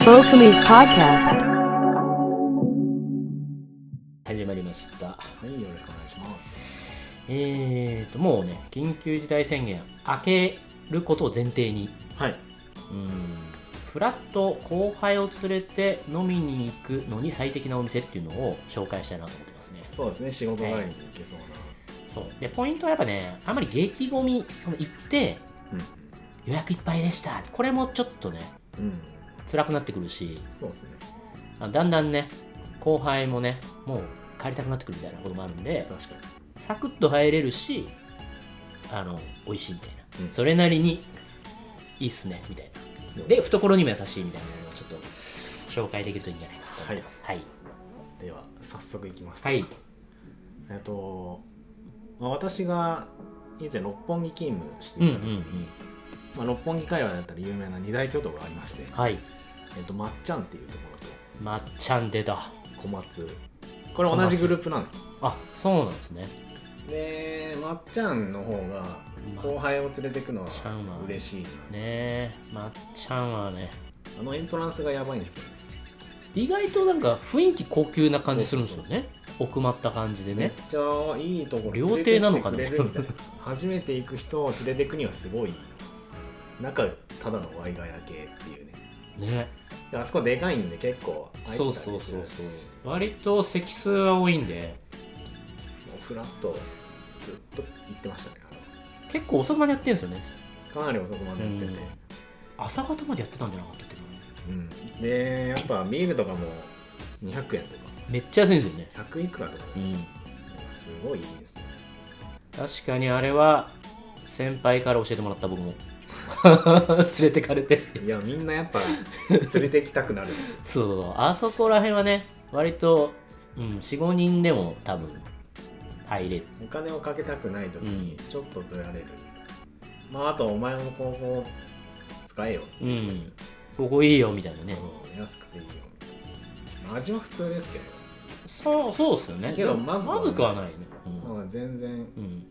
Sofumi's podcast. 始まりました、はい、よろしくお願いしますえーともうね緊急事態宣言明けることを前提にはい。うんフラッと後輩を連れて飲みに行くのに最適なお店っていうのを紹介したいなと思ってますねそうですね。仕事帰りに行けそうな。そうでポイントはやっぱねあんまり激ゴミその行って予約いっぱいでしたこれもちょっとねうん。うん。辛くなってくるしそうですね。あだんだんね後輩もねもう帰りたくなってくるみたいなこともあるんで確かサクッと入れるしあの美味しいみたいな、うんそれなりにいいっすねみたいなに。で懐にも優しいみたいなのをちょっと紹介できるといいんじゃないかなと思ってますはいでは、早速行きます。はい。えっと、まあ、私が以前六本木勤務してうんうんいた時うに、んまあ、六本木界隈だったら有名な二大巨頭がありまして、はいえっと、まっちゃんっていうとこまっちゃん出たろと小松。これ同じグループなんです。あそうなんですねで、まっちゃんの方が後輩を連れてくのはまっちゃんは嬉しいな。ねえまっちゃんはねあのエントランスがやばいんですよね。意外となんか雰囲気高級な感じするんですよそうね奥まった感じでめっねちゃいいとこ連料れ亭てなっのてかくなれるみたいな初めて行く人を連れてくにはすごい中ただのワイガヤ系っていうねねであそこでかいんで結構空いてたそりうそうすそるうしそう割と席数は多いんでもうフラッとずっと行ってましたね結構遅くまでやってるんですよねかなり遅くまでやってて、うん朝方までやってたんじゃなかったっけどうんでやっぱビールとかも200円とめっちゃ安いんですよねか100いくらとか、ねんすごいいいですね確かにあれは先輩から教えてもらった僕も 連れてかれていやみんなやっぱ連れてきたくなるそうあそこら辺はね割と、うん、45人でも多分入れるお金をかけたくない時にちょっととやれる、まああとお前も高校使えよ、うんここいいよみたいなねうん安くていいよまあ味は普通ですけど、そうそうっすよねけどでもまずはねまずくはないねうん、まあ、全然うん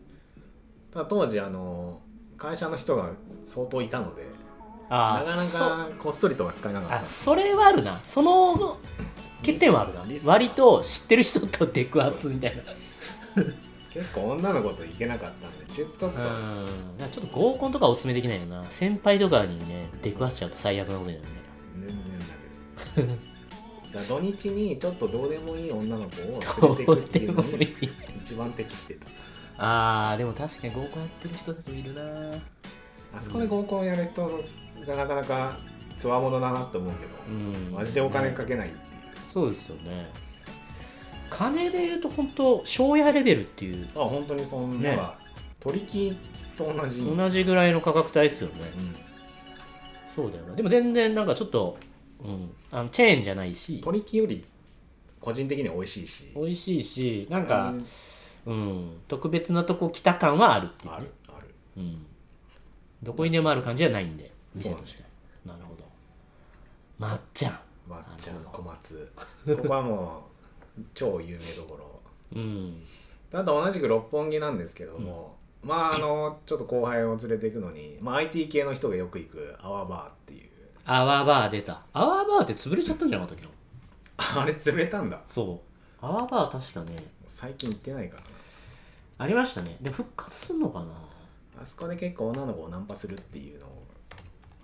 ただ当時あの会社の人が相当いたのであなあかなかこっそりとは使えなかったあそれはあるなその欠点はあるなリスク割と知ってる人と出くわすみたいな結構女の子と行けなかったんでちょっと、うんなんかちょっと合コンとかはおすすめできないよな先輩とかにね出くわしちゃうと最悪なことになるね全然だけどじゃあ土日にちょっとどうでもいい女の子を連れていくっていうどのうでもいにい一番適してた あーでも確かに合コンやってる人たちもいるなあそこで合コンやる人がなかなかつわものだなと思うけど、うんマジでお金かけないっていう、そうですよね金で言うと本当庄屋レベルっていうあ本当にそんな、ね取り木と同じ、うん、同じぐらいの価格帯ですよねそうだよなでも全然なんかちょっと、うん、あのチェーンじゃないし取り木より個人的には美味しいし美味しいしなんうか、うん、特別なとこ来た感はあるっていう、ね、あるあるうん、どこにでもある感じじゃないんでそう店なんとですしてなるほどまっちゃん抹茶なるほど小松ここはもう超有名どこうろんあと同じく六本木なんですけども、まああのちょっと後輩を連れていくのに、まあ、IT 系の人がよく行くアワーバーって いうアワーバー出たアワーバーって潰れちゃったんじゃなかったっけなあれ潰れたんだそうアワーバー確かね最近行ってないからなありましたねで復活すんのかなあそこで結構女の子をナンパするっていうのを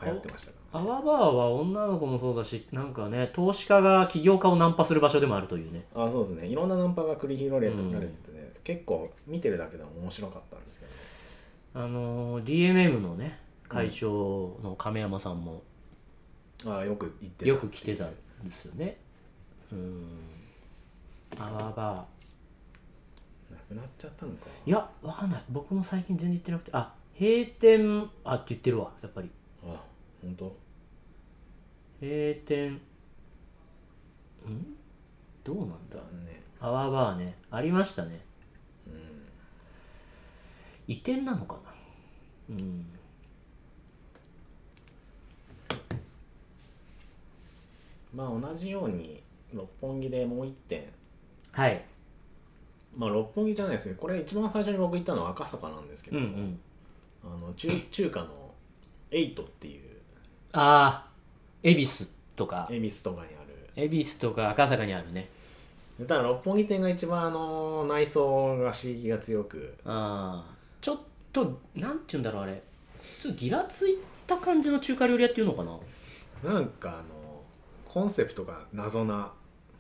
流行ってましたかアワーバーは女の子もそうだしなんかね投資家が起業家をナンパする場所でもあるというねらあそうですねいろんなナンパが繰り広げられてて、ね結構見てるだけでも面白かったんですけど、ね、あのー DMM のね会長の亀山さんもあよく行ってたよく来てたんですよねうんアワーバーなくなっちゃったのかいや、わかんない。僕も最近全然行ってなくて。あ、閉店、あって言ってるわ、やっぱり。あ本当閉店、んどうなんだ残念アワーバーね。ありましたね。うん移転なのかなうん。まあ同じように六本木でもう一点はい。まあ六本木じゃないですねこれ一番最初に僕行ったのは赤坂なんですけうど、んうん。あの中中華のエイトっていうあー、恵比寿とか恵比寿とかにある恵比寿とか赤坂にあるねでただ六本木店が一番あの内装が刺激が強くあーちょっとなんて言うんだろうあれちょっとギラついた感じの中華料理屋っていうのかななんかあのコンセプトが謎な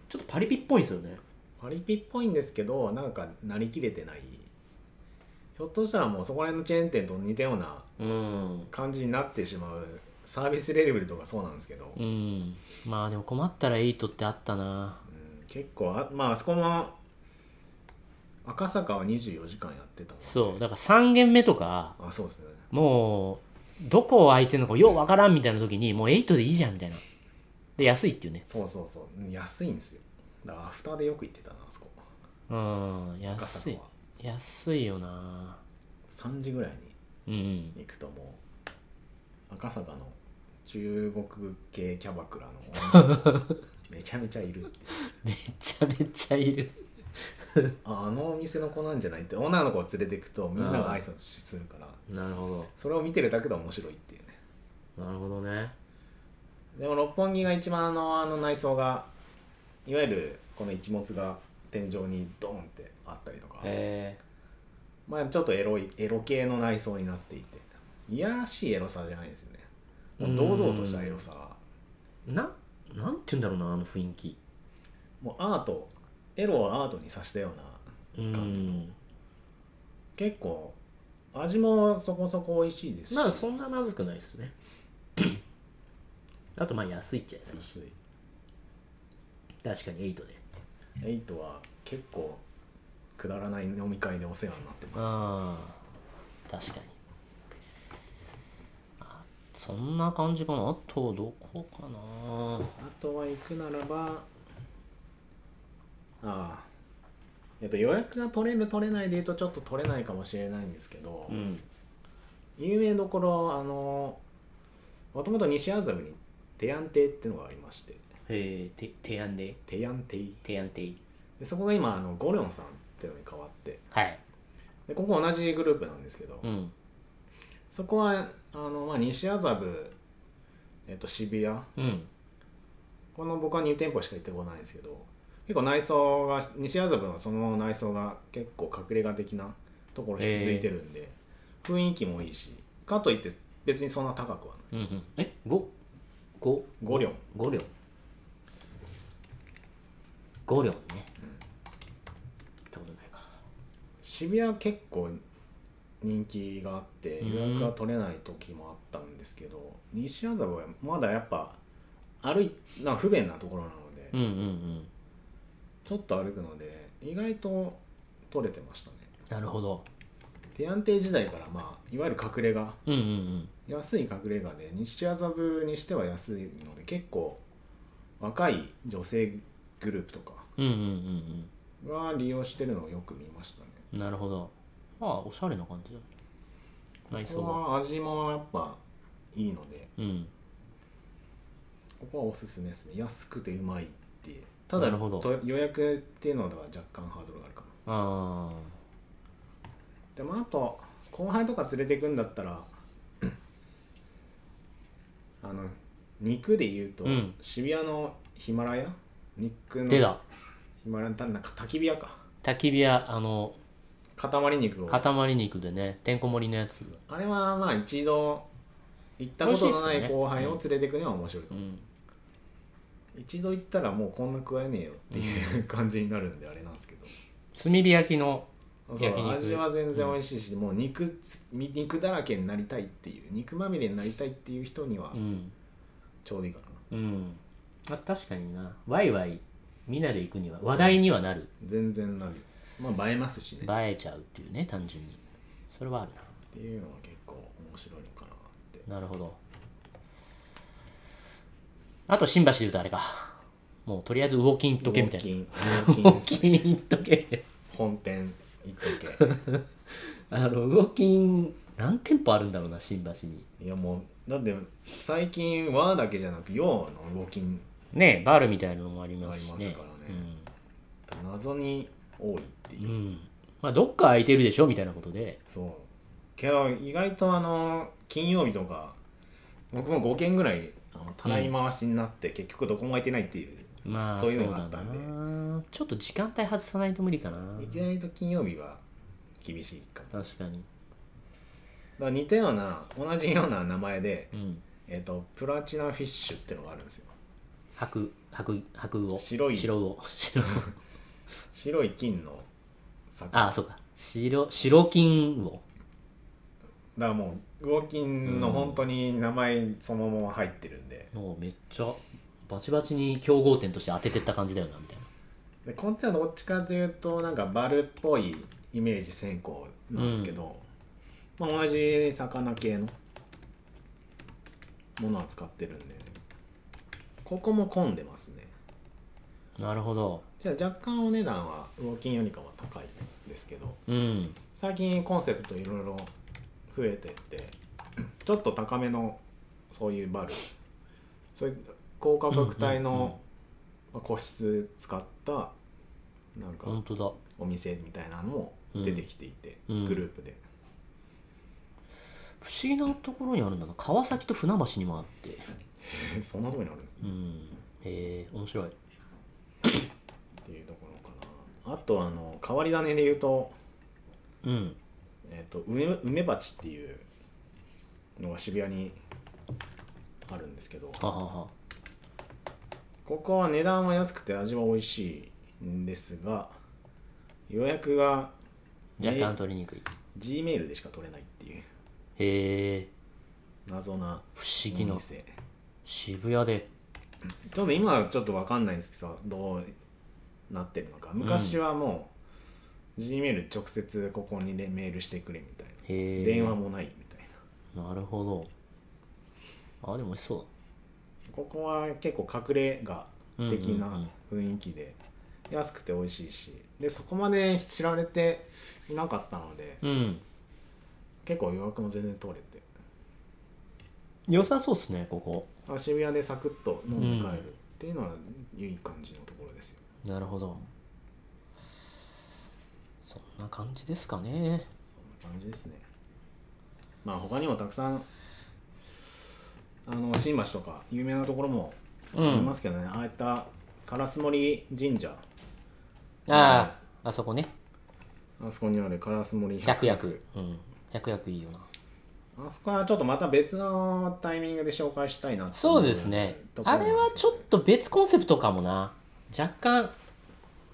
ちょっとパリピっぽいんですよねパリピっぽいんですけどなんかなりきれてないひょっとしたらもうそこら辺のチェーン店と似たようなうん感じになってしまうサービスレベルとかそうなんですけど、うんまあでも困ったらエイトってあったなうん結構あまああそこも赤坂は24時間やってたもんそうだから3軒目とかあそうですねもうどこを空いてるのかようわからんみたいな時にもうエイトでいいじゃんみたいなで安いっていうねそうそうそううん安いんですよだからアフターでよく行ってたなあそこうん赤安坂いは安いよな3時ぐらいにうん行くともう赤坂の中国系キャバクラの女めちゃめちゃいるってめちゃめちゃいるああのお店の子なんじゃないって女の子を連れてくとみんなが挨拶するからなるほどそれを見てるだけで面白いっていうねなるほどねでも六本木が一番あのあの内装がいわゆるこの一物が天井にドーンってあったりとか、へまあ、ちょっとエロいエロ系の内装になっていていやらしいエロさじゃないですよねもう堂々としたエロさがえななんて言うんだろうなあの雰囲気もうアートエロをアートにさしたよううなん結構味もそこそこ美味しいですしまあそんなまずくないです ねあとまあ安いっちゃ安いし安い確かにエイトでエイトは結構くだらない飲み会でお世話になってますああ確かにあそんな感じかなあとどこかなあとは行くならばああえっと予約が取れる取れないで言うとちょっと取れないかもしれないんですけど、うん有名どころあのもともと西麻布に提案亭ってのがありましてえー、て提案で提案亭提案ででそこが今あのゴリョンさんってのに変わってはいでここ同じグループなんですけど、うんそこはあの、まあ、西麻布、えっと、渋谷うんこの僕は2店舗しか行ったことないんですけど結構内装が西麻布のその内装が結構隠れ家的なところ引き続いてるんで、雰囲気もいいしかといって別にそんな高くはないうんうんえ五五5両五両五両ね、行ったことないか渋谷結構人気があってうん予約が取れない時もあったんですけど、西麻布はまだやっぱ歩いなんか不便なところなので、うんうんうんちょっと歩くので意外と取れてましたねなるほど手安定時代からまあいわゆる隠れ家うんうんうん安い隠れ家で西麻布にしては安いので結構若い女性グループとかうんうんうんが利用してるのをよく見ましたねうんなるほどまあおしゃれな感じだ内こ装こはは味もやっぱいいのでうんここはおすすめですね安くてうまいっていうただなるほどと予約っていうのでは若干ハードルがあるかなああでもあと後輩とか連れてくんだったらあの肉で言うと、うん渋谷のヒマラヤ肉の出たヒマラヤたなんか焚き火屋か焚き火屋あの塊肉を塊肉でねてんこ盛りのやつあれはまあ一度行ったことのな美味しいっすよねい後輩を連れてくには面白い、うん一度行ったらもうこんな食えねえよっていう感じになるんであれなんですけど炭火焼きのそ焼う肉味は全然美味しいし、もう肉つ肉だらけになりたいっていう肉まみれになりたいっていう人にはうんちょうどいいかな、うんあ確かになワイワイみんなで行くには話題にはなる全然なるまあ映えますしね映えちゃうっていうね単純にそれはあるっていうのは結構面白いのかなってななるほどあと新橋で言うとあれかもうとりあえずウォーキン行っとけみたいなウォーキンウォーキンウォーですキン行っとけ本店行っとあのウォーキン何店舗あるんだろうな新橋に けいやもうだって最近和だけじゃなく洋の動きねバルみたいなのもありますしありねますからね謎に多いってういん、う、うんまあ、どっか空いてるでしょみたいなことでそうけど意外とあの金曜日とか僕も5軒ぐらいあの払い回しになって、結局どこも空いてないっていうまあそそうういうのだがあなったんでちょっと時間帯外さないと無理かな日大と金曜日は厳しいかもだか確かにら似たような同じような名前で、うんえっとプラチナフィッシュってのがあるんですよ白白白魚白い白魚白魚白い金の魚ああそうか白白金魚だからもう魚金の本当に名前そのまま入ってるんで,、もうめっちゃバチバチに競合店として当ててった感じだよなみたいでこっちはどっちかというとなんかバルっぽいイメージ先行なんですけど、まあ、同じ魚系のものは使ってるんでここも混んでますねななるほどじゃあ若干お値段は魚金よりかは高いんですけどうん最近コンセプトいろいろ増えてってちょっと高めのそういうバルそういう高価格帯うんうんうんのまあ個室使ったなん本か当だお店みたいなのも出てきていて、うんグループで 不思議なところにあるんだな川崎と船橋にもあってえそんなとこにあるんですねうんへえ面白いっていうところかなあとあの変わり種で言うと,、うんえっと梅梅鉢っていうのが渋谷にあるんですけどはははここは値段は安くて味は美味しいんですが予約が若干取りにくい G メールでしか取れないっていうへえ謎な不お思議な店渋谷でちょっと今はちょっと分かんないんですけどどうなってるのか昔はもう G メール直接ここに、ね、メールしてくれみたいへえな電話もないみたいななるほどあでも美味しそうここは結構隠れ家う的んうんな雰囲気で安くて美味しいしでそこまで知られていなかったのでだうん結構予約も全然取れて良さそうっすねここあ渋谷でサクッと飲んで帰るっていうのは、いい感じのところですよなるほどそんな感じですかねそんな感じですねまあ他にもたくさんあの新橋とか有名なところもありますけどね、ああいった烏森神社あああそこねあそこにある烏森百薬うん百薬いいよなあそこはちょっとまた別のタイミングで紹介したいなそうですねあれはちょっと別コンセプトかもな若干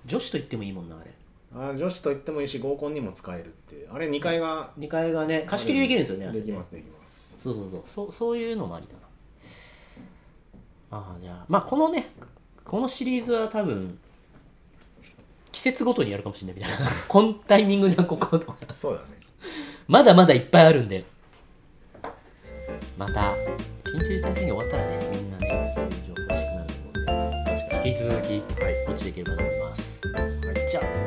女子と言ってもいいもんなあれとあ女子と言ってもいいし合コンにも使えるっていうあれ2階が2階がね貸し切りできるんですよねあそでこきねますできますそうそうそうそうそういうのもありだなああじゃあまあこのねこのシリーズは多分季節ごとにやるかもしれないみたいな このタイミングではこことかそうだねまだまだいっぱいあるんでまた緊急事態宣言終わったらねみんなねそういう情報欲しくなると思うんで確かに引き続きはいこっちでいければと思います、はいじゃあ